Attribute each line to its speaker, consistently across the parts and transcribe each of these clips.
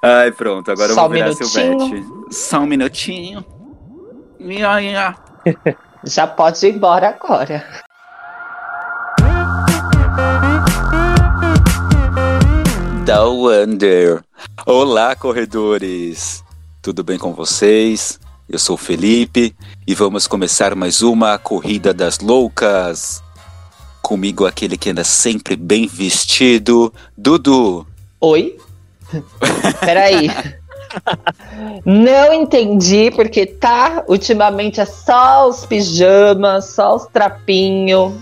Speaker 1: Ai, pronto, agora
Speaker 2: Só
Speaker 1: eu
Speaker 2: um
Speaker 1: vou virar
Speaker 2: minutinho.
Speaker 1: Silvete. Só um minutinho. Ia, ia.
Speaker 2: Já pode ir embora agora.
Speaker 1: Da Wonder. Olá, corredores! Tudo bem com vocês? Eu sou o Felipe e vamos começar mais uma Corrida das Loucas. Comigo aquele que anda sempre bem vestido, Dudu.
Speaker 2: Oi? Peraí. Não entendi, porque tá, ultimamente é só os pijamas, só os trapinhos,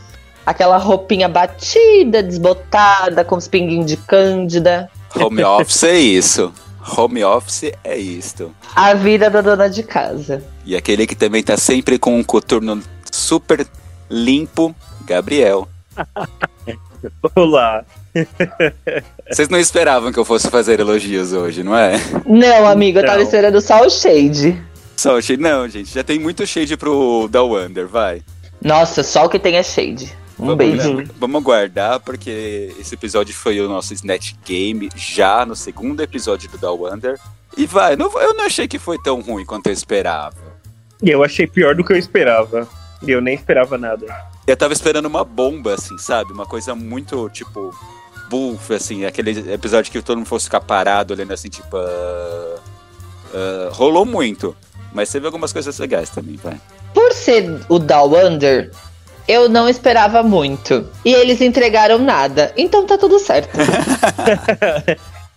Speaker 2: aquela roupinha batida, desbotada, com os pinguinhos de cândida.
Speaker 1: Home office é isso. Home office é isto.
Speaker 2: A vida da dona de casa.
Speaker 1: E aquele que também tá sempre com um coturno super limpo, Gabriel.
Speaker 3: Olá.
Speaker 1: Vocês não esperavam que eu fosse fazer elogios hoje, não é?
Speaker 2: Não, amigo, eu tava
Speaker 3: Então.
Speaker 2: esperando só o shade.
Speaker 1: Só o shade. Não, gente, já tem muito shade pro Da Wonder, vai.
Speaker 2: Nossa, só o que tem é shade. Um beijo.
Speaker 3: Uhum.
Speaker 1: Vamos guardar, porque esse episódio foi o nosso Snatch Game, já no segundo episódio do Da Wonder. E vai, não- eu não achei que foi tão ruim quanto eu esperava.
Speaker 3: E eu achei pior do que eu esperava. E eu nem esperava nada.
Speaker 1: Eu tava esperando uma bomba, assim, sabe? Uma coisa muito, tipo, buff, assim, aquele episódio que todo mundo fosse ficar parado olhando assim, tipo. ah, ah, rolou muito. Mas teve algumas coisas legais também, vai.
Speaker 2: Por ser o Down Under, eu não esperava muito. E eles entregaram nada. Então tá tudo certo.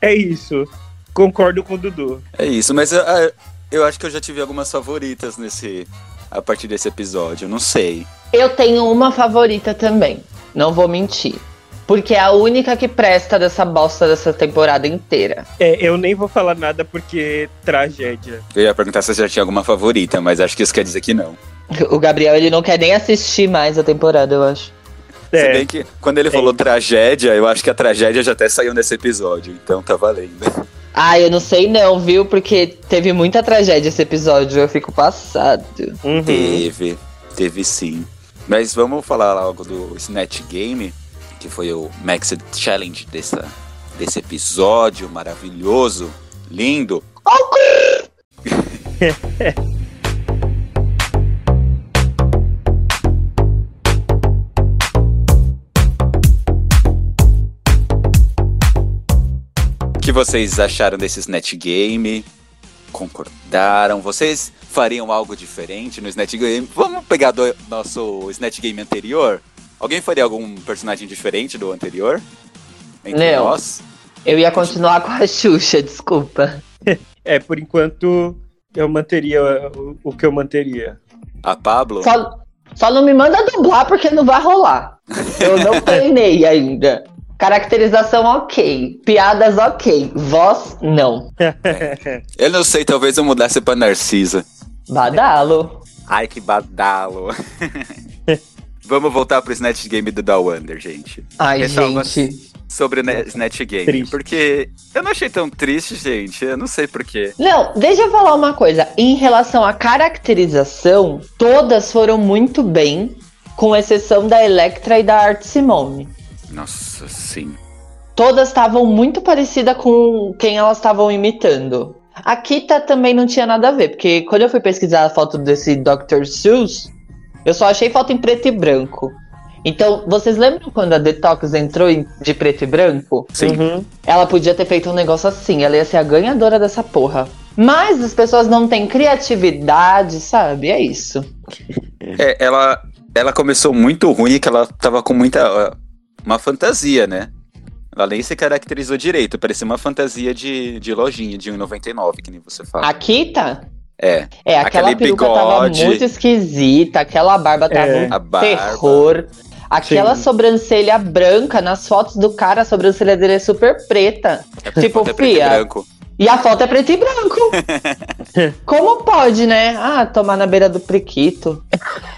Speaker 3: É isso. Concordo com o Dudu.
Speaker 1: É isso, mas eu, ah, eu acho que eu já tive algumas favoritas nesse. A partir desse episódio, não sei.
Speaker 2: Eu tenho uma favorita também. Não vou mentir. Porque é a única que presta dessa bosta dessa temporada inteira.
Speaker 3: É, eu nem vou falar nada porque tragédia.
Speaker 1: Eu ia perguntar se você já tinha alguma favorita, mas acho que isso quer dizer que não.
Speaker 2: O Gabriel, ele não quer nem assistir mais a temporada, eu acho.
Speaker 1: Se
Speaker 3: É,
Speaker 1: bem que quando ele falou tragédia, eu acho que a tragédia já até saiu nesse episódio, então tá valendo.
Speaker 2: Ah, eu não sei não, viu? Porque teve muita tragédia esse episódio. Eu fico passado.
Speaker 3: uhum.
Speaker 1: Teve, teve sim. Mas vamos falar algo do Snatch Game, que foi o Max Challenge dessa, desse episódio maravilhoso, lindo. O que vocês acharam desse Snatch Game? Concordaram? Vocês fariam algo diferente no Snatch Game? Vamos pegar do nosso Snatch Game anterior? Alguém faria algum personagem diferente do anterior? Entre
Speaker 2: Não.
Speaker 1: nós?
Speaker 2: Eu ia continuar com a Xuxa, desculpa.
Speaker 3: É, por enquanto eu manteria o, o que eu manteria.
Speaker 1: A Pablo?
Speaker 2: Só, só não me manda dublar porque não vai rolar. Eu não treinei ainda. Caracterização ok. Piadas ok. Voz não.
Speaker 1: Eu não sei, talvez eu mudasse pra Narcisa.
Speaker 2: Badalo.
Speaker 1: Ai, que badalo. Vamos voltar pro Snatch Game do Down Under, gente.
Speaker 2: Ai,
Speaker 1: Ressalva-
Speaker 2: gente.
Speaker 1: Sobre o Ne- Snatch Game.
Speaker 3: Triste.
Speaker 1: Porque eu não achei tão triste, gente. Eu não sei porquê.
Speaker 2: Não, deixa eu falar uma coisa. Em relação à caracterização, todas foram muito bem, com exceção da Electra e da Art Simone.
Speaker 1: Nossa, sim.
Speaker 2: Todas estavam muito parecidas com quem elas estavam imitando. A Kita também não tinha nada a ver, porque quando eu fui pesquisar a foto desse Dr. Seuss, eu só achei foto em preto e branco. Então, vocês lembram quando a Detox entrou em- de preto e branco?
Speaker 1: Sim.
Speaker 3: Uhum.
Speaker 2: Ela podia ter feito um negócio assim, ela ia ser a ganhadora dessa porra. Mas as pessoas não têm criatividade, sabe? É isso.
Speaker 1: É, ela, ela começou muito ruim, que ela tava com muita. ó, Uma fantasia, né? Ela nem se caracterizou direito. Parecia uma fantasia de, de lojinha, de 1,99, que nem você fala.
Speaker 2: A Kita?
Speaker 1: É.
Speaker 2: É, aquela
Speaker 1: Aquele
Speaker 2: peruca tava
Speaker 1: bigode.
Speaker 2: muito esquisita, aquela barba tava
Speaker 3: É.
Speaker 2: um
Speaker 1: A barba.
Speaker 2: terror. Aquela
Speaker 3: Sim.
Speaker 2: sobrancelha branca, nas fotos do cara, a sobrancelha dele é super preta.
Speaker 1: É porque
Speaker 2: Tipo,
Speaker 1: é preto e
Speaker 2: fia.
Speaker 1: branco.
Speaker 2: E a foto é preto e branco. Como pode, né? Ah, tomar na beira do priquito.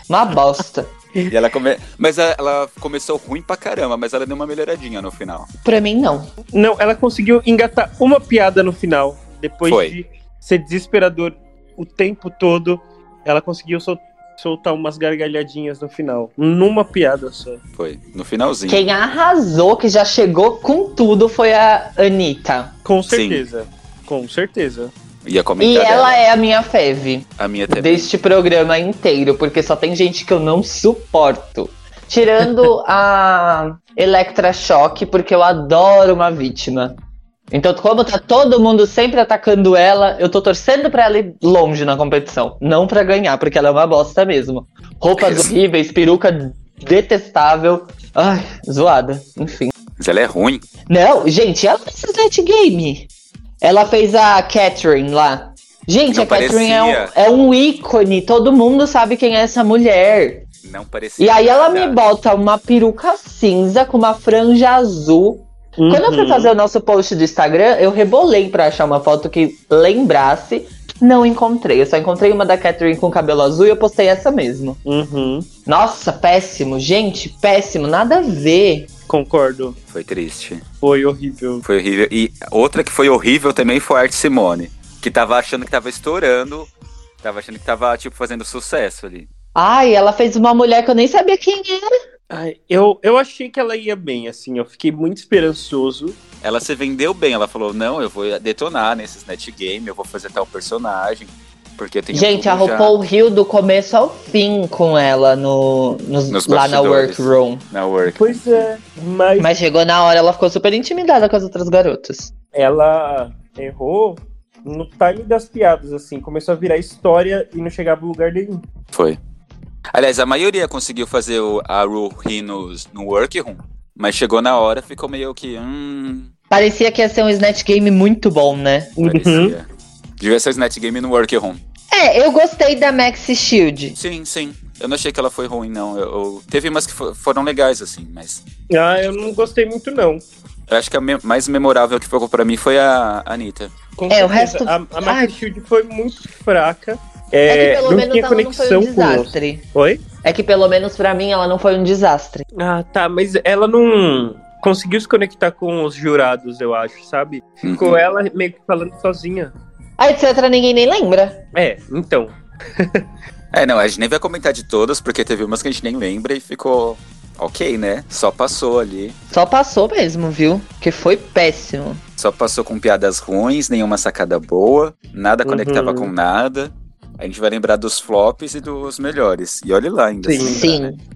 Speaker 2: Uma bosta.
Speaker 1: E ela come... Mas a- ela começou ruim pra caramba, mas ela deu uma melhoradinha no final.
Speaker 2: Pra mim, não.
Speaker 3: Não, ela conseguiu engatar uma piada no final. Depois
Speaker 1: Foi.
Speaker 3: de ser desesperador o tempo todo, ela conseguiu sol- soltar umas gargalhadinhas no final. Numa piada só.
Speaker 1: Foi. No finalzinho.
Speaker 2: Quem arrasou, que já chegou com tudo, foi a Anitta.
Speaker 3: Com
Speaker 1: Sim.
Speaker 3: certeza. Com certeza.
Speaker 1: Ia comentar
Speaker 2: E ela
Speaker 1: dela.
Speaker 2: é a minha feve
Speaker 1: A minha também.
Speaker 2: deste programa inteiro, porque só tem gente que eu não suporto. Tirando a Electra Choque, porque eu adoro uma vítima. Então, como tá todo mundo sempre atacando ela, eu tô torcendo pra ela ir longe na competição. Não pra ganhar, porque ela é uma bosta mesmo. Roupas horríveis, peruca detestável. Ai, zoada. Enfim.
Speaker 1: Mas ela é ruim.
Speaker 2: Não, gente, ela fez Slet Game. Ela fez a Catherine lá. Gente,
Speaker 1: Não
Speaker 2: a Catherine é um,
Speaker 1: parecia.
Speaker 2: é um ícone, todo mundo sabe quem é essa mulher.
Speaker 1: Não parecia.
Speaker 2: E aí ela me
Speaker 1: nada.
Speaker 2: bota uma peruca cinza com uma franja azul. Quando eu fui
Speaker 3: Uhum.
Speaker 2: fazer o nosso post do Instagram, eu rebolei pra achar uma foto que lembrasse. Não encontrei, eu só encontrei uma da Catherine com cabelo azul e eu postei essa mesmo.
Speaker 3: Uhum.
Speaker 2: Nossa, péssimo, gente, péssimo, nada a ver.
Speaker 3: Concordo.
Speaker 1: Foi triste.
Speaker 3: Foi horrível.
Speaker 1: Foi horrível. E outra que foi horrível também foi a Arte Simone. Que tava achando que tava estourando. Tava achando que tava, tipo, fazendo sucesso ali.
Speaker 2: Ai, ela fez uma mulher que eu nem sabia quem era.
Speaker 3: Ai, eu, eu achei que ela ia bem, assim. Eu fiquei muito esperançoso.
Speaker 1: Ela se vendeu bem. Ela falou: Não, eu vou detonar nesses netgame. Eu vou fazer tal personagem. Porque eu tenho.
Speaker 2: Gente,
Speaker 1: tudo já
Speaker 2: arrupou o Rio do começo ao fim com ela no, nos-
Speaker 1: Nos
Speaker 2: lá na
Speaker 1: bastidores.
Speaker 2: workroom.
Speaker 1: Na work.
Speaker 3: Pois é, mas,
Speaker 2: Mas chegou na hora, ela ficou super intimidada com as outras garotas.
Speaker 3: ela errou no time das piadas, assim. Começou a virar história e não chegava em lugar nenhum.
Speaker 1: Foi. Aliás, a maioria conseguiu fazer o, a Ru rir nos, no workroom. Mas chegou na hora, ficou meio que. Hum.
Speaker 2: Parecia que ia ser um Snatch Game muito bom, né?
Speaker 3: Uhum.
Speaker 1: Parecia. Devia ser o Snatch Game no workroom.
Speaker 2: É, eu gostei da Maxi Shield.
Speaker 1: Sim, sim. Eu não achei que ela foi ruim, não. Eu, eu- Teve umas que fo- foram legais, assim, mas.
Speaker 3: Ah, eu não gostei muito, não.
Speaker 1: Eu acho que a me- mais memorável que ficou pra mim foi a Anitta.
Speaker 3: Com
Speaker 2: É, o
Speaker 3: certeza.
Speaker 2: resto-
Speaker 3: A, a Max
Speaker 2: Ai.
Speaker 3: Shield foi muito fraca.
Speaker 2: É,
Speaker 3: É,
Speaker 2: que pelo
Speaker 3: não
Speaker 2: menos
Speaker 3: tinha
Speaker 2: ela não foi
Speaker 3: conexão
Speaker 2: um
Speaker 3: com o outro.
Speaker 2: desastre.
Speaker 3: Oi?
Speaker 2: É que pelo menos pra mim ela não foi um desastre.
Speaker 3: Ah, tá, mas ela não conseguiu se conectar com os jurados, eu acho, sabe? Ficou
Speaker 1: Uhum.
Speaker 3: ela meio que falando sozinha.
Speaker 2: A etc. Ah, ninguém nem lembra.
Speaker 3: É, então.
Speaker 1: É, não, a gente nem vai comentar de todas, porque teve umas que a gente nem lembra e ficou. Ok, né? Só passou ali.
Speaker 2: Só passou mesmo, viu? Que foi péssimo.
Speaker 1: Só passou com piadas ruins, nenhuma sacada boa, nada
Speaker 3: Uhum.
Speaker 1: conectava com nada. A gente vai lembrar dos flops e dos melhores. E olhe lá ainda.
Speaker 3: Sim.
Speaker 1: se lembrar, né?
Speaker 2: Sim.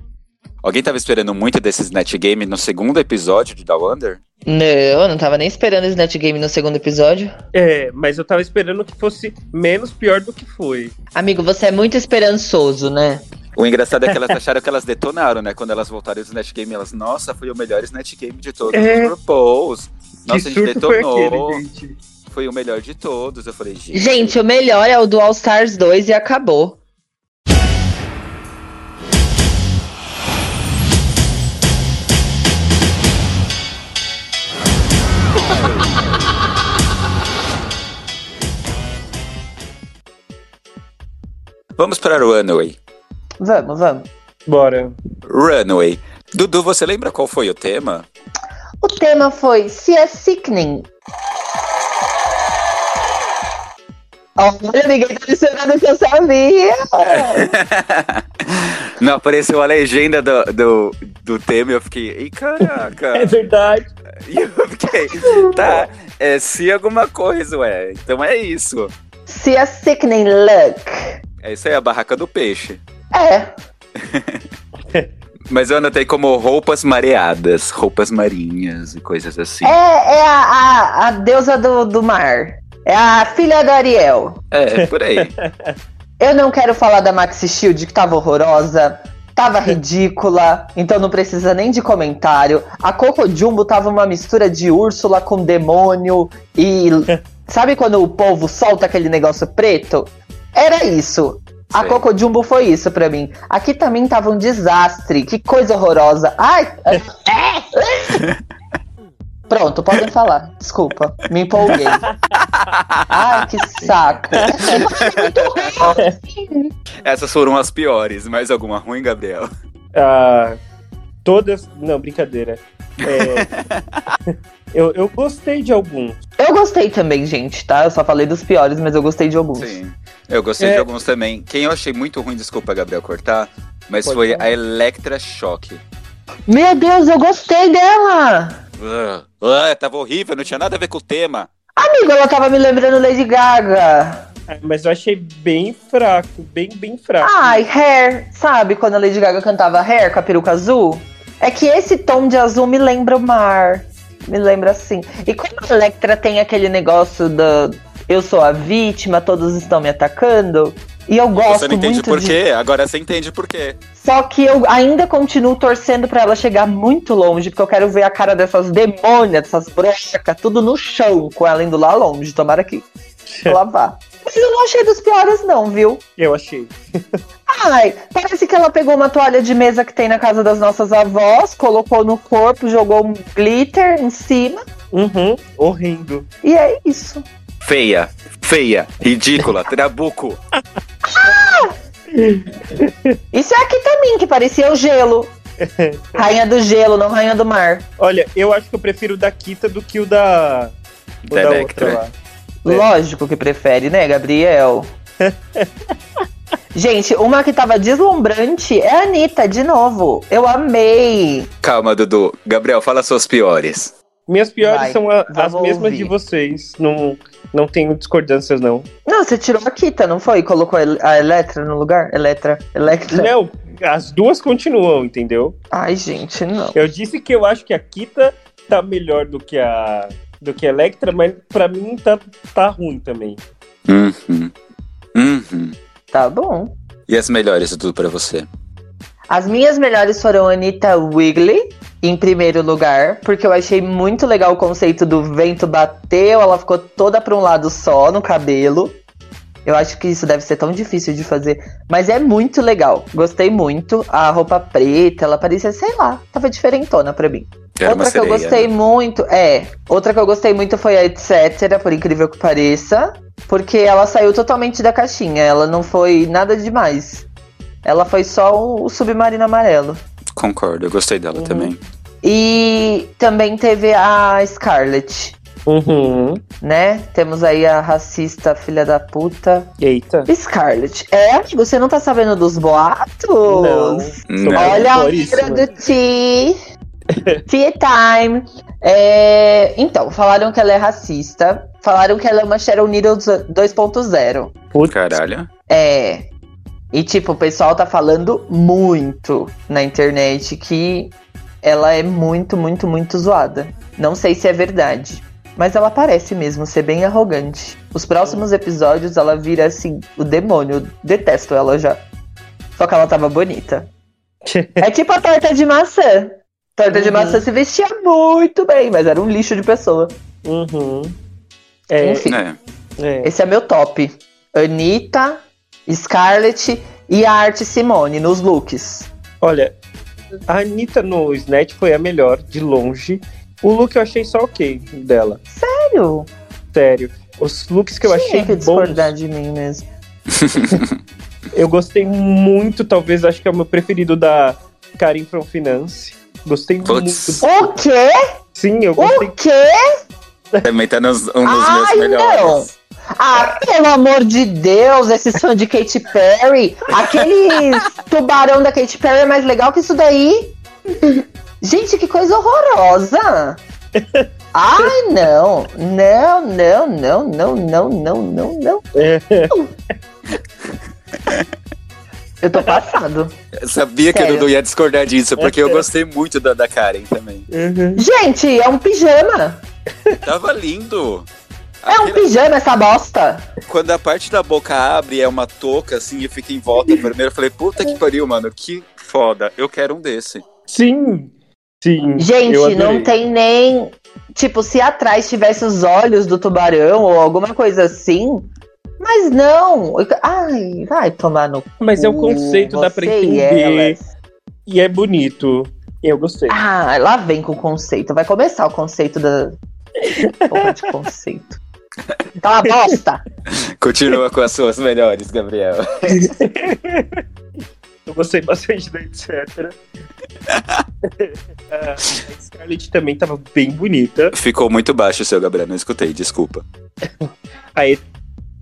Speaker 1: Alguém tava esperando muito desses netgame no segundo episódio de The Wonder?
Speaker 2: Não, eu não tava nem esperando o Snatch Game no segundo episódio.
Speaker 3: É, mas eu tava esperando que fosse menos pior do que foi.
Speaker 2: Amigo, você é muito esperançoso, né?
Speaker 1: O engraçado é que elas acharam que elas detonaram, né? Quando elas voltaram do Snatch Game, elas, nossa, foi o melhor Snatch Game de todos
Speaker 3: É.
Speaker 1: os RuPaul's. Nossa, a
Speaker 3: que
Speaker 1: gente
Speaker 3: surto foi
Speaker 1: detonou.
Speaker 3: aquele, gente?
Speaker 1: Foi o melhor de todos. Eu falei, gente.
Speaker 2: Gente, o melhor é o do All Stars 2 e acabou.
Speaker 1: Vamos pra Runaway.
Speaker 2: Vamos, vamos.
Speaker 3: Bora.
Speaker 1: Runaway. Dudu, você lembra qual foi o tema?
Speaker 2: O tema foi Se é Sickening. Olha, ninguém tá adicionando que eu sabia.
Speaker 1: Não, apareceu a legenda do, do, do tema e eu fiquei, ei, caraca.
Speaker 3: É verdade.
Speaker 1: E eu fiquei, tá, é se alguma coisa, ué. Então é isso.
Speaker 2: Se é Sickening Look.
Speaker 1: É isso aí, a barraca do peixe.
Speaker 2: É.
Speaker 1: Mas eu anotei como roupas mareadas, roupas marinhas e coisas assim.
Speaker 2: É, é a, a- a deusa do, do mar. É a filha da Ariel.
Speaker 1: É, por aí.
Speaker 2: Eu não quero falar da Maxi Shield, que tava horrorosa, tava ridícula, então não precisa nem de comentário. A Coco Jumbo tava uma mistura de Úrsula com demônio e. Sabe quando o povo solta aquele negócio preto? Era isso. A
Speaker 1: Sei.
Speaker 2: Coco Jumbo foi isso pra mim. Aqui também tava um desastre. Que coisa horrorosa. Ai! é, é. Pronto, podem falar. Desculpa, me empolguei. Ai, que saco. é
Speaker 1: Essas foram as piores. Mais alguma ruim, Gabriel?
Speaker 3: Ah, todas. Não, brincadeira. É, eu, eu gostei de alguns.
Speaker 2: Eu gostei também, gente, tá? Eu só falei dos piores, mas eu gostei de alguns.
Speaker 1: Sim. Eu gostei
Speaker 3: É.
Speaker 1: de alguns também. Quem eu achei muito ruim, desculpa, Gabriel, cortar, mas
Speaker 3: Pode
Speaker 1: foi
Speaker 3: falar.
Speaker 1: a Electra Choque.
Speaker 2: Meu Deus, eu gostei dela!
Speaker 1: Ah, ah, tava horrível, não tinha nada a ver com o tema.
Speaker 2: Amigo, ela tava me lembrando Lady Gaga.
Speaker 3: É, Mas eu achei bem fraco, bem, bem fraco.
Speaker 2: Ai, Hair. Sabe quando a Lady Gaga cantava Hair com a peruca azul? É que esse tom de azul me lembra o mar. Me lembra assim. E como a Electra tem aquele negócio da eu sou a vítima, todos estão me atacando. E eu gosto
Speaker 1: Você não entende
Speaker 2: muito
Speaker 1: por
Speaker 2: disso.
Speaker 1: quê? Agora você entende por quê.
Speaker 2: Só que eu ainda continuo torcendo pra ela chegar muito longe, porque eu quero ver a cara dessas demônias, dessas brochas, tudo no chão, com ela indo lá longe. Tomara que ela vá. Mas eu não achei dos piores, não, viu?
Speaker 3: Eu achei.
Speaker 2: Ai, parece que ela pegou uma toalha de mesa que tem na casa das nossas avós, colocou no corpo, jogou um glitter em cima,
Speaker 3: Uhum, horrendo.
Speaker 2: e é isso.
Speaker 1: Feia, feia, ridícula, trabuco.
Speaker 2: Isso é aqui também, que parecia o gelo. Rainha do gelo, não rainha do mar.
Speaker 3: Olha, eu acho que eu prefiro o da Kita do que o da. O
Speaker 1: Da
Speaker 3: da
Speaker 1: Electra.
Speaker 3: outra lá. É.
Speaker 2: Lógico que prefere, né, Gabriel? Gente, uma que tava deslumbrante é a Anitta, de novo. Eu amei.
Speaker 1: Calma, Dudu. Gabriel, fala suas piores.
Speaker 3: Minhas piores
Speaker 2: Vai,
Speaker 3: são a- as
Speaker 2: vamos
Speaker 3: mesmas
Speaker 2: ouvir.
Speaker 3: de vocês. Não, não tenho discordâncias, não.
Speaker 2: Não, você tirou a Kita, não foi? Colocou a El- a Eletra no lugar? Eletra, Electra.
Speaker 3: Não, as duas continuam, entendeu?
Speaker 2: Ai, gente, não.
Speaker 3: Eu disse que eu acho que a Kita tá melhor do que a. Do que a Electra, mas pra mim tá, tá ruim também.
Speaker 1: Uhum. Uhum.
Speaker 2: Tá bom.
Speaker 1: E as melhores, Dudu, pra você?
Speaker 2: As minhas melhores foram Anitta Wiggly, em primeiro lugar, porque eu achei muito legal o conceito do vento bateu, ela ficou toda pra um lado só no cabelo. Eu acho que isso deve ser tão difícil de fazer, mas é muito legal. Gostei muito. A roupa preta, ela parecia, sei lá, tava diferentona pra mim.
Speaker 1: Era uma
Speaker 2: outra que eu
Speaker 1: sereia. né?
Speaker 2: gostei muito, é, outra que eu gostei muito foi a etc, por incrível que pareça, porque ela saiu totalmente da caixinha, ela não foi nada demais. Ela foi só o, o submarino amarelo.
Speaker 1: Concordo, eu gostei dela
Speaker 3: Uhum.
Speaker 1: também.
Speaker 2: E também teve a Scarlett,
Speaker 3: Uhum.
Speaker 2: né? Temos aí a racista filha da puta.
Speaker 3: Eita.
Speaker 2: Scarlett, é, amigo, você não tá sabendo dos boatos?
Speaker 3: Não.
Speaker 1: Não.
Speaker 2: Olha a
Speaker 3: Boríssima.
Speaker 2: hora do tea. tea time. É, então, falaram que ela é racista. Falaram que ela é uma Cheryl Needles 2.0.
Speaker 3: Putz.
Speaker 1: Caralho.
Speaker 2: É. E, tipo, o pessoal tá falando muito na internet que ela é muito, muito, muito zoada. Não sei se é verdade. Mas ela parece mesmo ser bem arrogante. Os próximos episódios ela vira assim, o demônio. Eu Detesto ela já. Só que ela tava bonita. é tipo a torta de maçã. Torta de
Speaker 3: Uhum.
Speaker 2: maçã se vestia muito bem, mas era um lixo de pessoa.
Speaker 3: Uhum. É,
Speaker 2: Enfim.
Speaker 1: É.
Speaker 3: é.
Speaker 2: Esse é meu top. Anitta, Scarlett e a Arte Simone nos looks.
Speaker 3: Olha, a Anitta no Snatch foi a melhor, de longe. O look eu achei só ok dela,
Speaker 2: Sério?
Speaker 3: sério. Os looks que eu
Speaker 2: Tinha
Speaker 3: achei
Speaker 2: que
Speaker 3: bons,
Speaker 2: discordar de mim mesmo.
Speaker 3: eu gostei muito, talvez, acho que é o meu preferido da Karin From Finance. Gostei
Speaker 1: Putz.
Speaker 3: muito.
Speaker 2: O quê?
Speaker 3: Sim, eu gostei.
Speaker 2: O quê?
Speaker 1: Também tá nos, um dos
Speaker 2: Ai,
Speaker 1: meus melhores.
Speaker 2: não. Ah, pelo amor de Deus, esses fãs de Katy Perry. Aquele tubarão da Katy Perry é mais legal que isso daí. Gente, que coisa horrorosa. Ai, não. Não, não, não, não, não, não, não, não.
Speaker 3: É,
Speaker 2: Eu tô passado.
Speaker 1: Eu sabia que
Speaker 2: Sério.
Speaker 1: o Dudu ia discordar disso, porque eu gostei muito da, da Karen também.
Speaker 3: uhum.
Speaker 2: Gente, é um pijama.
Speaker 1: Tava lindo.
Speaker 2: É um
Speaker 1: Aquele-
Speaker 2: pijama essa bosta.
Speaker 1: Quando a parte da boca abre é uma touca assim e fica em volta vermelho, eu falei, puta que pariu, mano, que foda. Eu quero um desse.
Speaker 3: Sim, sim. eu
Speaker 2: Gente,
Speaker 3: adorei.
Speaker 2: não tem nem. Tipo, se atrás tivesse os olhos do tubarão ou alguma coisa assim. Mas não. Ai, vai tomar no.
Speaker 3: Mas é o
Speaker 2: cu,
Speaker 3: conceito, dá pra
Speaker 2: você e
Speaker 3: entender.
Speaker 2: elas.
Speaker 3: E, é bonito. Eu gostei.
Speaker 2: Ah, lá vem com o conceito. Vai começar o conceito da. Porra de conceito. Tá uma bosta.
Speaker 1: Continua com as suas melhores, Gabriel.
Speaker 3: Eu gostei bastante da etc. a Scarlett também tava bem bonita.
Speaker 1: Ficou muito baixo o seu, Gabriel, não escutei, desculpa.
Speaker 3: A, e-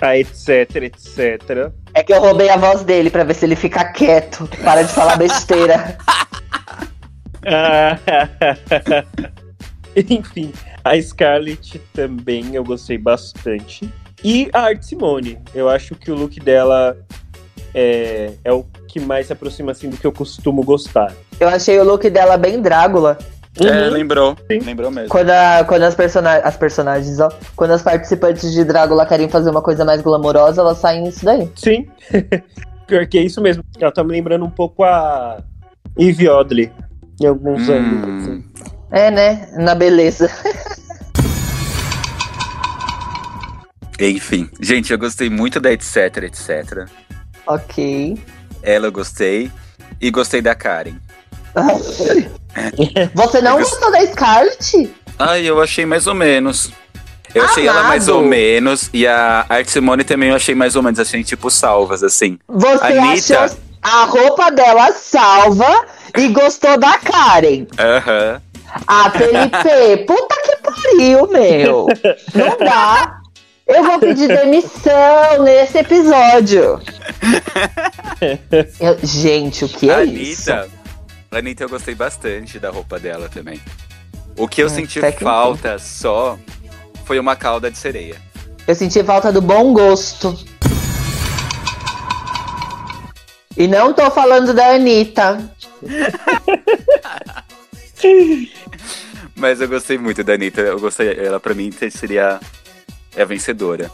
Speaker 3: a etc, etc.
Speaker 2: É que eu roubei a voz dele pra ver se ele fica quieto. Para de falar besteira.
Speaker 3: Ah, Enfim, A Scarlett também eu gostei bastante. E a Art Simone. Eu acho que o look dela é, é o que mais se aproxima assim, do que eu costumo gostar. Uhum,
Speaker 2: Eu achei o look dela bem Drácula.
Speaker 1: É, lembrou.
Speaker 3: Sim.
Speaker 1: Lembrou mesmo.
Speaker 2: Quando, a- quando as, persona as personagens, ó, quando as participantes de Drácula querem fazer uma coisa mais glamourosa, elas saem isso daí.
Speaker 3: Sim. Pior que é isso mesmo. Ela tá me lembrando um pouco a Eve Odley em alguns anos. assim.
Speaker 1: Hum,
Speaker 2: É, né? Na beleza.
Speaker 1: enfim. Gente, eu gostei muito da etc, etc.
Speaker 2: ok.
Speaker 1: Ela eu gostei. E gostei da Karen.
Speaker 2: Você não
Speaker 1: Eu-
Speaker 2: gostou da Scarlett?
Speaker 1: Ai, eu achei mais ou menos. Eu achei ela
Speaker 2: Amado.
Speaker 1: mais ou menos. E a Art Simone também eu achei mais ou menos. Achei tipo salvas, assim.
Speaker 2: Você
Speaker 1: Anitta.
Speaker 2: achou a roupa dela salva e gostou da Karen.
Speaker 1: Aham.
Speaker 2: Ah, Felipe, puta que pariu, meu. Não dá. Eu vou pedir demissão nesse episódio. Eu- gente, o que é
Speaker 1: A
Speaker 2: isso?
Speaker 1: Anitta. A Anitta eu gostei bastante da roupa dela também. O que eu
Speaker 2: É,
Speaker 1: senti
Speaker 2: até que
Speaker 1: falta só foi uma cauda de sereia.
Speaker 2: Eu senti falta do bom gosto. E não tô falando da Anitta.
Speaker 1: Mas eu gostei muito da Anitta. Eu gostei, ela pra mim seria é a vencedora.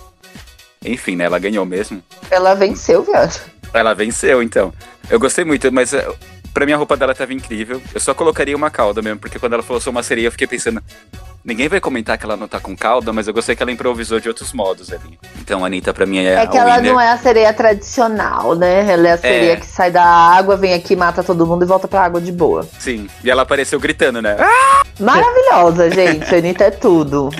Speaker 1: Enfim, né? Ela ganhou mesmo.
Speaker 2: Ela venceu, viado.
Speaker 1: Ela venceu, então. Eu gostei muito, mas eh, pra mim a roupa dela tava incrível. Eu só colocaria uma cauda mesmo, porque quando ela falou só uma sereia, eu fiquei pensando. Ninguém vai comentar que ela não tá com cauda, mas eu gostei que ela improvisou de outros modos ali. Então a Anitta pra mim é,
Speaker 2: É
Speaker 1: a
Speaker 2: que ela
Speaker 1: winner.
Speaker 2: não é a sereia tradicional, né? Ela é a sereia
Speaker 1: É.
Speaker 2: que sai da água, vem aqui, mata todo mundo e volta pra água de boa.
Speaker 1: Sim. E ela apareceu gritando, né?
Speaker 2: Maravilhosa, gente. A Anitta é tudo.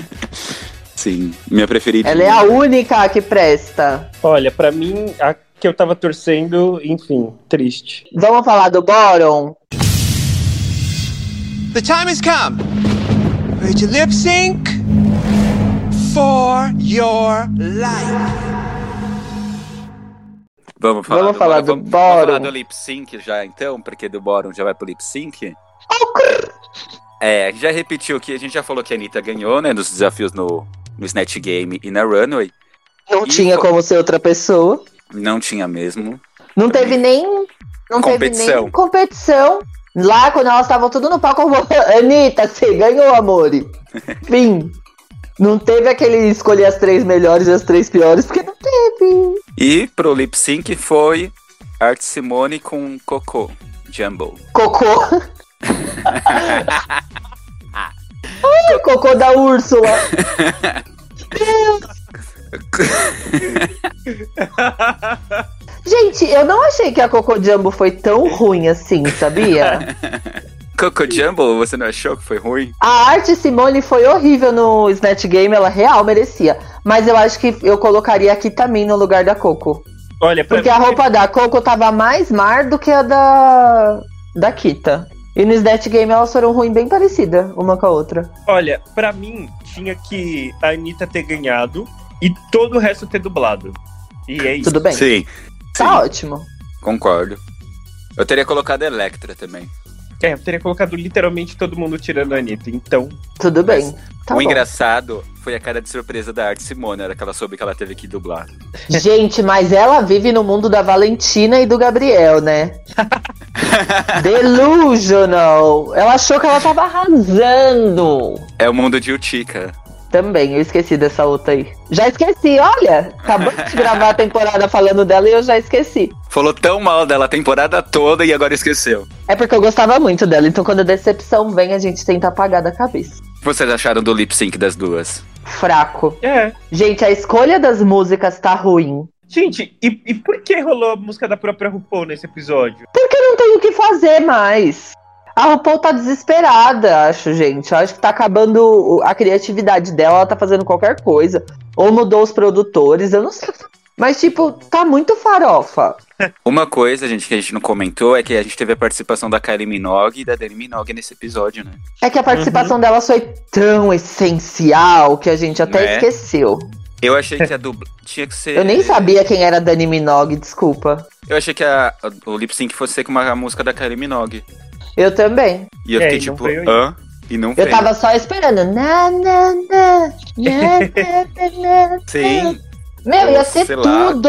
Speaker 1: Sim, minha preferida.
Speaker 2: Ela é a única que presta.
Speaker 3: Olha, pra mim, a que eu tava torcendo, enfim, triste.
Speaker 2: Vamos falar do Boron?
Speaker 4: The time has come for you to lip sync for your life.
Speaker 1: Vamos falar,
Speaker 2: Vamos
Speaker 1: do,
Speaker 2: falar
Speaker 1: Boron. vamos, vamos
Speaker 2: do
Speaker 1: falar
Speaker 2: Boron.
Speaker 1: do lip sync já então, porque do Boron já vai pro lip sync.
Speaker 2: Oh, crrr.
Speaker 1: É, já repetiu que a gente já falou que a Anitta ganhou, né? Nos desafios no, no Snatch Game e na Runway.
Speaker 2: Não
Speaker 1: Ih,
Speaker 2: tinha
Speaker 1: pô.
Speaker 2: como ser outra pessoa.
Speaker 1: Não tinha mesmo.
Speaker 2: Não teve nem. Não teve
Speaker 1: Competição.
Speaker 2: nem competição. Lá, quando elas estavam tudo no palco, eu vou- Anitta, você ganhou, amore. Fim. Não teve aquele escolher as três melhores e as três piores, porque não teve.
Speaker 1: E pro lip sync foi Art Simone com Cocô. Jumbo.
Speaker 2: Cocô. Ai, cocô da Úrsula. Gente, eu não achei que a Cocô Jumbo foi tão ruim assim, sabia?
Speaker 1: Cocô Jumbo, você não achou que foi ruim?
Speaker 2: A arte Simone foi horrível no Snatch Game, ela real merecia. Mas eu acho que eu colocaria a Kitamin no lugar da Coco.
Speaker 3: Olha, pra
Speaker 2: Porque a roupa da Coco tava mais mar do que a da, da Kita. E no Snatch Game elas foram ruim bem parecida uma com a outra.
Speaker 3: Olha, pra mim, tinha que a Anitta ter ganhado e todo o resto ter dublado. E é isso.
Speaker 2: Tudo bem?
Speaker 1: Sim.
Speaker 2: Tá
Speaker 1: Sim,
Speaker 2: ótimo.
Speaker 1: concordo. Eu teria colocado Electra também.
Speaker 3: É, eu teria colocado literalmente todo mundo tirando a Anitta. Então,
Speaker 2: Tudo bem. Tá
Speaker 1: o
Speaker 2: bom.
Speaker 1: engraçado foi a cara de surpresa da Art Simone, era que ela soube que ela teve que dublar.
Speaker 2: Gente, mas ela vive no mundo da Valentina e do Gabriel, né? Delusional. Ela achou que ela tava arrasando.
Speaker 1: É o mundo de Utica.
Speaker 2: Também, eu esqueci dessa outra aí. Já esqueci, olha. Acabamos de gravar a temporada falando dela e eu já esqueci.
Speaker 1: Falou tão mal dela a temporada toda e agora esqueceu.
Speaker 2: É porque eu gostava muito dela, então quando a decepção vem, a gente tenta apagar da cabeça.
Speaker 1: O que vocês acharam do lip sync das duas?
Speaker 2: Fraco.
Speaker 3: é.
Speaker 2: Gente, a escolha das músicas tá ruim.
Speaker 3: Gente, e, e por que rolou a música da própria RuPaul nesse episódio?
Speaker 2: não tem o que fazer mais. A RuPaul tá desesperada, acho, gente. Eu acho que tá acabando o- a criatividade dela, ela tá fazendo qualquer coisa. Ou mudou os produtores, eu não sei. Mas, tipo, tá muito farofa.
Speaker 1: Uma coisa, gente, que a gente não comentou é que a gente teve a participação da Kylie Minogue e da Dani Minogue nesse episódio, né?
Speaker 2: É que a participação delas foi tão essencial que a gente até
Speaker 1: Né? É.
Speaker 2: esqueceu.
Speaker 1: Eu achei que a dubla tinha que ser.
Speaker 2: Eu nem sabia quem era Dani Minogue, desculpa.
Speaker 1: Eu achei que a- a- o lip sync fosse com uma música da Kylie Minogue.
Speaker 2: Eu também.
Speaker 1: E eu
Speaker 3: É,
Speaker 1: fiquei
Speaker 3: e não
Speaker 1: tipo,
Speaker 3: veio aí.
Speaker 1: hã? E não
Speaker 2: Eu
Speaker 1: vem.
Speaker 2: tava só esperando. Na, na, na, na, na, na, na.
Speaker 1: Sim,
Speaker 2: Meu, ia ser
Speaker 1: Sei lá.
Speaker 2: tudo!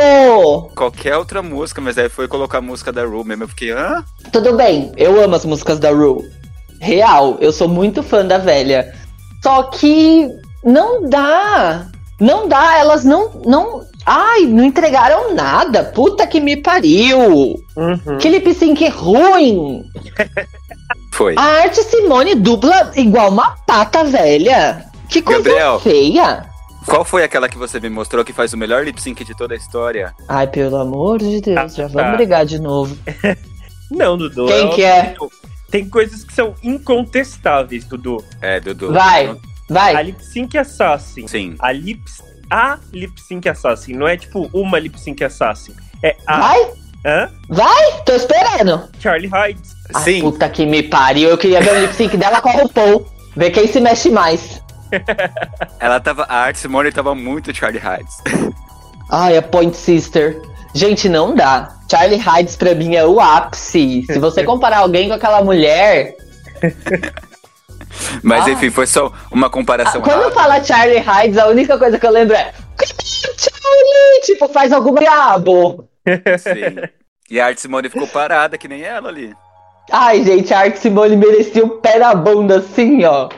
Speaker 1: qualquer outra música, mas aí foi colocar a música da Ru mesmo. Eu fiquei, hã?
Speaker 2: Tudo bem, eu amo as músicas da Ru. Real, eu sou muito fã da velha. Só que não dá. Não dá, elas não. não... Ai, não entregaram nada. Puta que me pariu.
Speaker 3: Uhum.
Speaker 2: Que lip sync é ruim.
Speaker 1: Foi.
Speaker 2: A arte Simone dubla igual uma pata velha. Que coisa
Speaker 1: Gabriel.
Speaker 2: feia.
Speaker 1: Qual foi aquela que você me mostrou que faz o melhor lip sync de toda a história?
Speaker 2: Ai, pelo amor de Deus, já
Speaker 3: tá.
Speaker 2: vamos brigar de novo.
Speaker 3: Não, Dudu.
Speaker 2: Quem
Speaker 3: eu-
Speaker 2: que é?
Speaker 3: Tem coisas que são incontestáveis, Dudu.
Speaker 1: É, Dudu.
Speaker 2: Vai,
Speaker 3: A
Speaker 2: vai.
Speaker 3: Lip Sync Assassin.
Speaker 1: Sim.
Speaker 3: A Lip, a Lip Sync Assassin. Não é tipo uma Lip Sync Assassin. É
Speaker 1: ah.
Speaker 3: a.
Speaker 2: Vai,
Speaker 3: Hã?
Speaker 2: vai, tô esperando.
Speaker 3: Charlie Hyde.
Speaker 2: Ai,
Speaker 1: Sim.
Speaker 2: puta que me pariu, eu queria ver o lip sync dela com a RuPaul. Ver quem se mexe mais.
Speaker 1: Ela tava. A Art Simone tava muito Charlie Hides.
Speaker 2: Ai, a Point Sister. Gente, não dá. Charlie Hides pra mim é o ápice. Se você comparar alguém com aquela mulher.
Speaker 1: Mas
Speaker 2: Ah.
Speaker 1: enfim, foi só é uma
Speaker 2: Ah,
Speaker 1: comparação.
Speaker 2: Quando
Speaker 1: rápida.
Speaker 2: fala Charlie Hides, a única coisa que eu lembro é. Charlie! Tipo, faz algum diabo.
Speaker 1: Sim. assim. E a Art Simone ficou parada, que nem ela ali.
Speaker 2: Ai, gente, a Art Simone merecia o pé na bunda, assim, ó.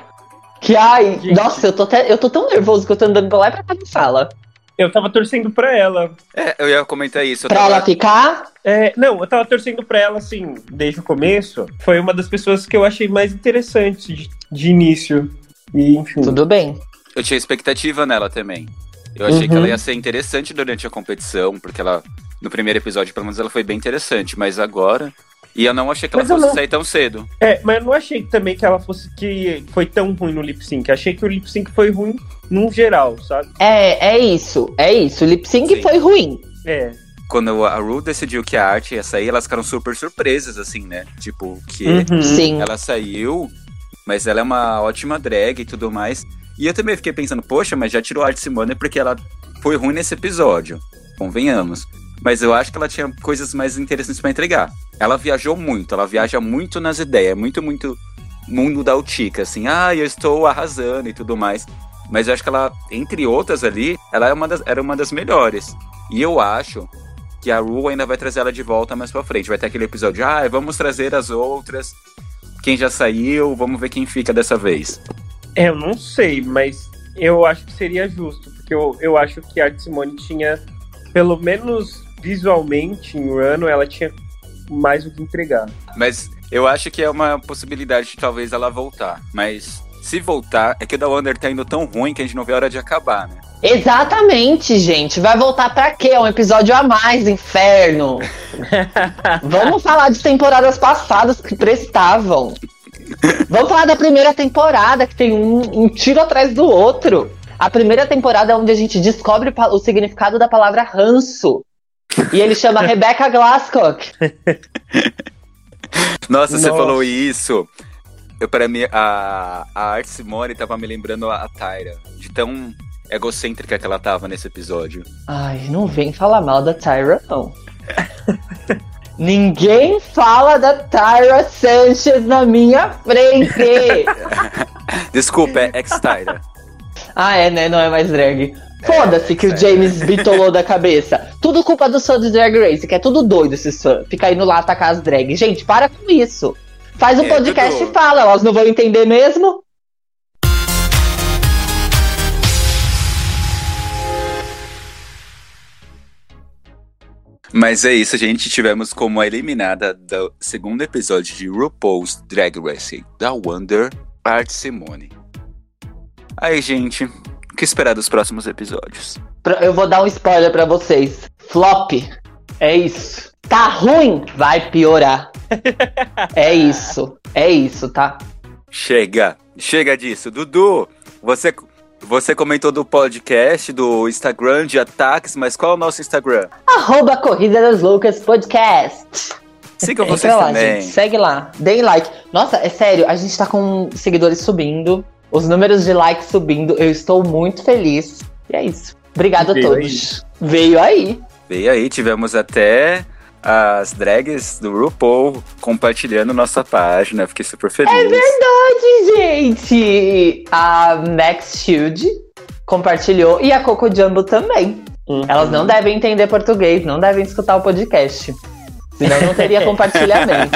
Speaker 2: Que ai,
Speaker 3: Gente.
Speaker 2: nossa, eu tô, até, eu tô tão nervoso que eu tô andando pra lá e pra cá na sala.
Speaker 3: Eu tava torcendo pra ela.
Speaker 1: É, eu ia comentar isso. Eu
Speaker 2: Pra
Speaker 1: tava-
Speaker 2: ela ficar,
Speaker 3: É, não, eu tava torcendo pra ela, assim, desde o começo. Foi uma das pessoas que eu achei mais interessante de, de início. E,
Speaker 1: Hum.
Speaker 3: enfim.
Speaker 2: tudo bem.
Speaker 1: eu tinha expectativa nela também. Eu achei que
Speaker 3: Uhum.
Speaker 1: ela ia ser interessante durante a competição, porque ela. No primeiro episódio, pelo menos, ela foi bem interessante, mas agora. E eu não achei que ela
Speaker 3: Mas eu
Speaker 1: fosse
Speaker 3: não-
Speaker 1: sair tão cedo.
Speaker 3: É, mas eu não achei também que ela fosse. que foi tão ruim no lip sync. Achei que o lip sync foi ruim num geral, sabe?
Speaker 2: É, é isso, é isso. O lip sync
Speaker 1: Sim.
Speaker 2: foi ruim.
Speaker 3: É.
Speaker 1: Quando a Ru decidiu que a arte ia sair, elas ficaram super surpresas, assim, né? Tipo, o quê?
Speaker 3: Uhum.
Speaker 2: Sim.
Speaker 1: Ela saiu, mas ela é uma ótima drag e tudo mais. E eu também fiquei pensando, poxa, mas já tirou a Arte Simone porque ela foi ruim nesse episódio. Convenhamos. Mas eu acho que ela tinha coisas mais interessantes pra entregar. Ela viajou muito, ela viaja muito nas ideias, muito, muito mundo da Utica, assim, ah, eu estou arrasando e tudo mais. Mas eu acho que ela, entre outras ali, ela é uma das- era uma das melhores. E eu acho que a Ru ainda vai trazer ela de volta mais pra frente. Vai ter aquele episódio, ah, vamos trazer as outras quem já saiu, vamos ver quem fica dessa vez.
Speaker 3: É, eu não sei, mas eu acho que seria justo, porque eu, eu acho que a Arte Simone tinha, pelo menos visualmente, em Rano, ela tinha mais o que entregar.
Speaker 1: Mas eu acho que é uma possibilidade de talvez ela voltar. Mas se voltar, é que o da Wonder tá indo tão ruim que a gente não vê a hora de acabar, né?
Speaker 2: Exatamente, gente. Vai voltar pra quê? É Um episódio a mais, inferno. Vamos falar de temporadas passadas que prestavam. Vamos falar da primeira temporada, que tem um, um tiro atrás do outro. A primeira temporada é onde a gente descobre pa- o significado da palavra ranço. E ele chama Rebecca Glasscock.
Speaker 1: Nossa, você
Speaker 3: Nossa.
Speaker 1: falou isso. Eu, pra mim, a, a Art Simone tava me lembrando a Tyra, de tão egocêntrica que ela tava nesse episódio.
Speaker 2: Ai, não vem falar mal da Tyra, não. Ninguém fala da Tyra Sanchez na minha frente.
Speaker 1: Desculpa, é ex-Tyra.
Speaker 2: Ah, é, né? Não é mais drag. Foda-se que o James bitolou da cabeça. Tudo culpa dos fãs de Drag Race, que é tudo doido esses fãs. Fica indo lá atacar as drags. Gente, para com isso. Faz um
Speaker 1: É,
Speaker 2: podcast
Speaker 1: Dudu.
Speaker 2: e fala, elas não vão entender mesmo?
Speaker 1: Mas é isso, gente. Tivemos como a eliminada do segundo episódio de RuPaul's Drag Race da Wonder, Art Simone. Aí, gente, o que esperar dos próximos episódios?
Speaker 2: Pra- Eu vou dar um spoiler pra vocês. Flop. É isso. Tá ruim? Vai piorar. é isso. É isso, tá?
Speaker 1: Chega! Chega disso. Dudu, você, você comentou do podcast, do Instagram de ataques, mas qual é o nosso Instagram?
Speaker 2: Arroba Corrida das Loucas Podcast.
Speaker 1: Sigam
Speaker 2: Entra
Speaker 1: vocês
Speaker 2: lá,
Speaker 1: também.
Speaker 2: gente. Segue lá. Deem like. Nossa, é sério, a gente tá com seguidores subindo, os números de likes subindo. Eu estou muito feliz. E é isso. Obrigada a
Speaker 3: Veio
Speaker 2: todos. Veio aí.
Speaker 1: E aí, tivemos até as drags do RuPaul compartilhando nossa página. Fiquei super feliz. É
Speaker 2: verdade, gente! A Max Shield compartilhou e a Coco Jumbo também.
Speaker 3: Uhum.
Speaker 2: Elas não devem entender português, não devem escutar o podcast. Senão não teria compartilhamento.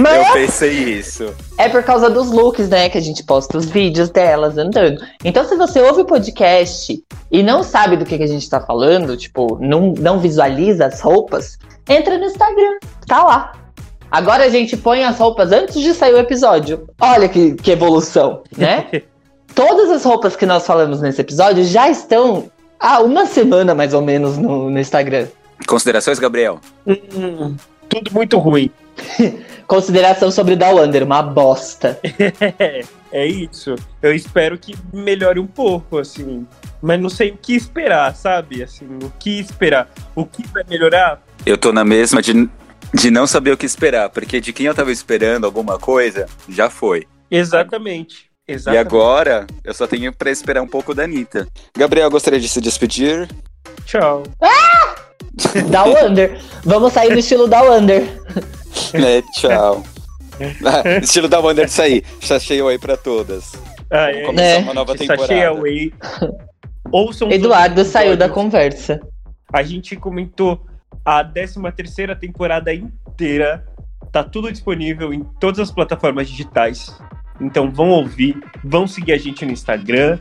Speaker 2: Mas
Speaker 1: Eu pensei isso.
Speaker 2: é por causa dos looks, né? Que a gente posta os vídeos delas andando. Então, se você ouve o podcast e não sabe do que, que a gente tá falando, tipo, não, não visualiza as roupas, entra no Instagram, tá lá. Agora a gente põe as roupas antes de sair o episódio. Olha que, que evolução, né? Todas as roupas que nós falamos nesse episódio já estão há uma semana mais ou menos no- no Instagram.
Speaker 1: Considerações, Gabriel?
Speaker 3: Hum, tudo muito ruim.
Speaker 2: Consideração sobre Down Under, uma bosta.
Speaker 3: É isso. Eu espero que melhore um pouco, assim. Mas não sei o que esperar, sabe? Assim, o que esperar? O que vai melhorar?
Speaker 1: Eu tô na mesma de, de não saber o que esperar, porque de quem eu tava esperando alguma coisa, já foi.
Speaker 3: Exatamente.
Speaker 1: E
Speaker 3: Exatamente.
Speaker 1: agora, eu só tenho pra esperar um pouco da Anitta. Gabriel, gostaria de se despedir?
Speaker 3: Tchau.
Speaker 2: Down Under. Vamos sair do estilo Down Under.
Speaker 1: É, tchau. Ah, Estilo da Wander de sair. Chacheou aí pra todas.
Speaker 3: Ah,
Speaker 1: Vamos
Speaker 3: é,
Speaker 1: começar
Speaker 2: É.
Speaker 1: uma nova
Speaker 3: gente, sachê
Speaker 1: temporada.
Speaker 3: away. Ouçam os
Speaker 2: Eduardo
Speaker 3: outros
Speaker 2: saiu da
Speaker 3: episódios.
Speaker 2: conversa.
Speaker 3: A gente comentou a 13 terceira temporada inteira. Tá tudo disponível em todas as plataformas digitais. Então vão ouvir, vão seguir a gente no Instagram,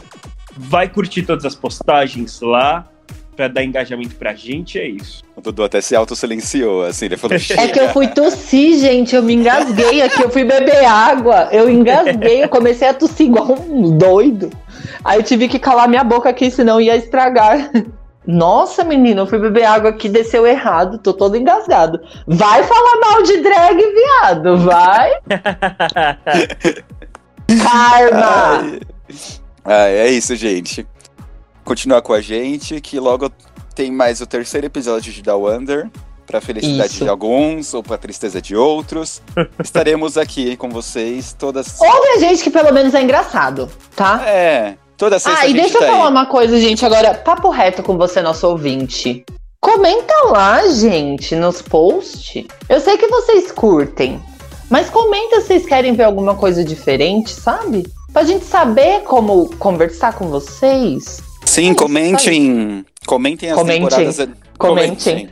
Speaker 3: vai curtir todas as postagens lá pra dar engajamento pra gente, é isso.
Speaker 1: O Dudu até se auto-silenciou, assim. Ele falou,
Speaker 2: É que eu fui tossir, gente. Eu me engasguei aqui. Eu fui beber água. Eu engasguei. Eu comecei a tossir igual um doido. Aí eu tive que calar minha boca aqui, senão ia estragar. Nossa, menina, eu fui beber água aqui, desceu errado. Tô todo engasgado. Vai falar mal de drag, viado. Vai. Karma.
Speaker 1: Ai. Ah, é isso, gente. Continuar com a gente, que logo tem mais o terceiro episódio de Da Wonder. Pra felicidade
Speaker 2: Isso.
Speaker 1: de alguns ou pra tristeza de outros. Estaremos aqui com vocês todas.
Speaker 2: Ouve a gente que pelo menos é engraçado, tá?
Speaker 1: É, toda sexta
Speaker 2: Ah,
Speaker 1: a
Speaker 2: e
Speaker 1: gente
Speaker 2: deixa
Speaker 1: tá
Speaker 2: eu falar
Speaker 1: aí.
Speaker 2: uma coisa, gente, agora, papo reto com você, nosso ouvinte. Comenta lá, gente, nos posts. Eu sei que vocês curtem, mas comenta se vocês querem ver alguma coisa diferente, sabe? Pra gente saber como conversar com vocês.
Speaker 1: Sim, comentem. Comentem as
Speaker 2: Comentem.
Speaker 1: temporadas.
Speaker 2: Comentem.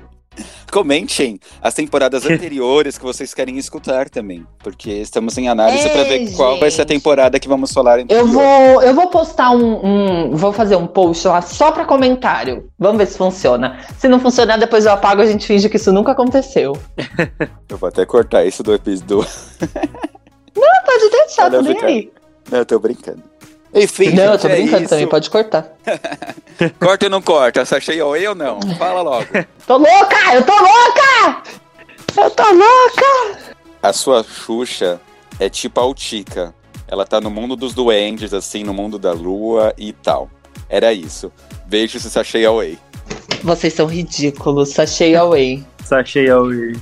Speaker 1: Comentem as temporadas anteriores que vocês querem escutar também. Porque estamos em análise
Speaker 2: É,
Speaker 1: pra ver qual vai ser a
Speaker 2: gente.
Speaker 1: temporada que vamos falar.
Speaker 2: Eu
Speaker 1: anterior.
Speaker 2: vou, eu vou postar um, um- Vou fazer um post lá só pra comentário. Vamos ver se funciona. Se não funcionar, depois eu apago e a gente finge que isso nunca aconteceu.
Speaker 1: Eu vou até cortar isso do episódio.
Speaker 2: Ah, pode deixar,
Speaker 1: Valeu,
Speaker 2: tô nem
Speaker 1: Ricardo.
Speaker 2: aí.
Speaker 1: Não, eu tô brincando. Enfim,
Speaker 2: Não, eu
Speaker 1: gente,
Speaker 2: tô
Speaker 1: é
Speaker 2: brincando
Speaker 1: isso.
Speaker 2: também, pode cortar.
Speaker 1: Corta ou não corta? Sachei ou eu não? Fala logo.
Speaker 2: Tô louca! Eu tô louca! Eu tô louca!
Speaker 1: a sua Xuxa é tipo a Altica. Ela tá no mundo dos duendes, assim, no mundo da lua e tal. Era isso. Beijo se Sachei Away.
Speaker 2: Vocês são ridículos, sachei away.
Speaker 3: Sachei away.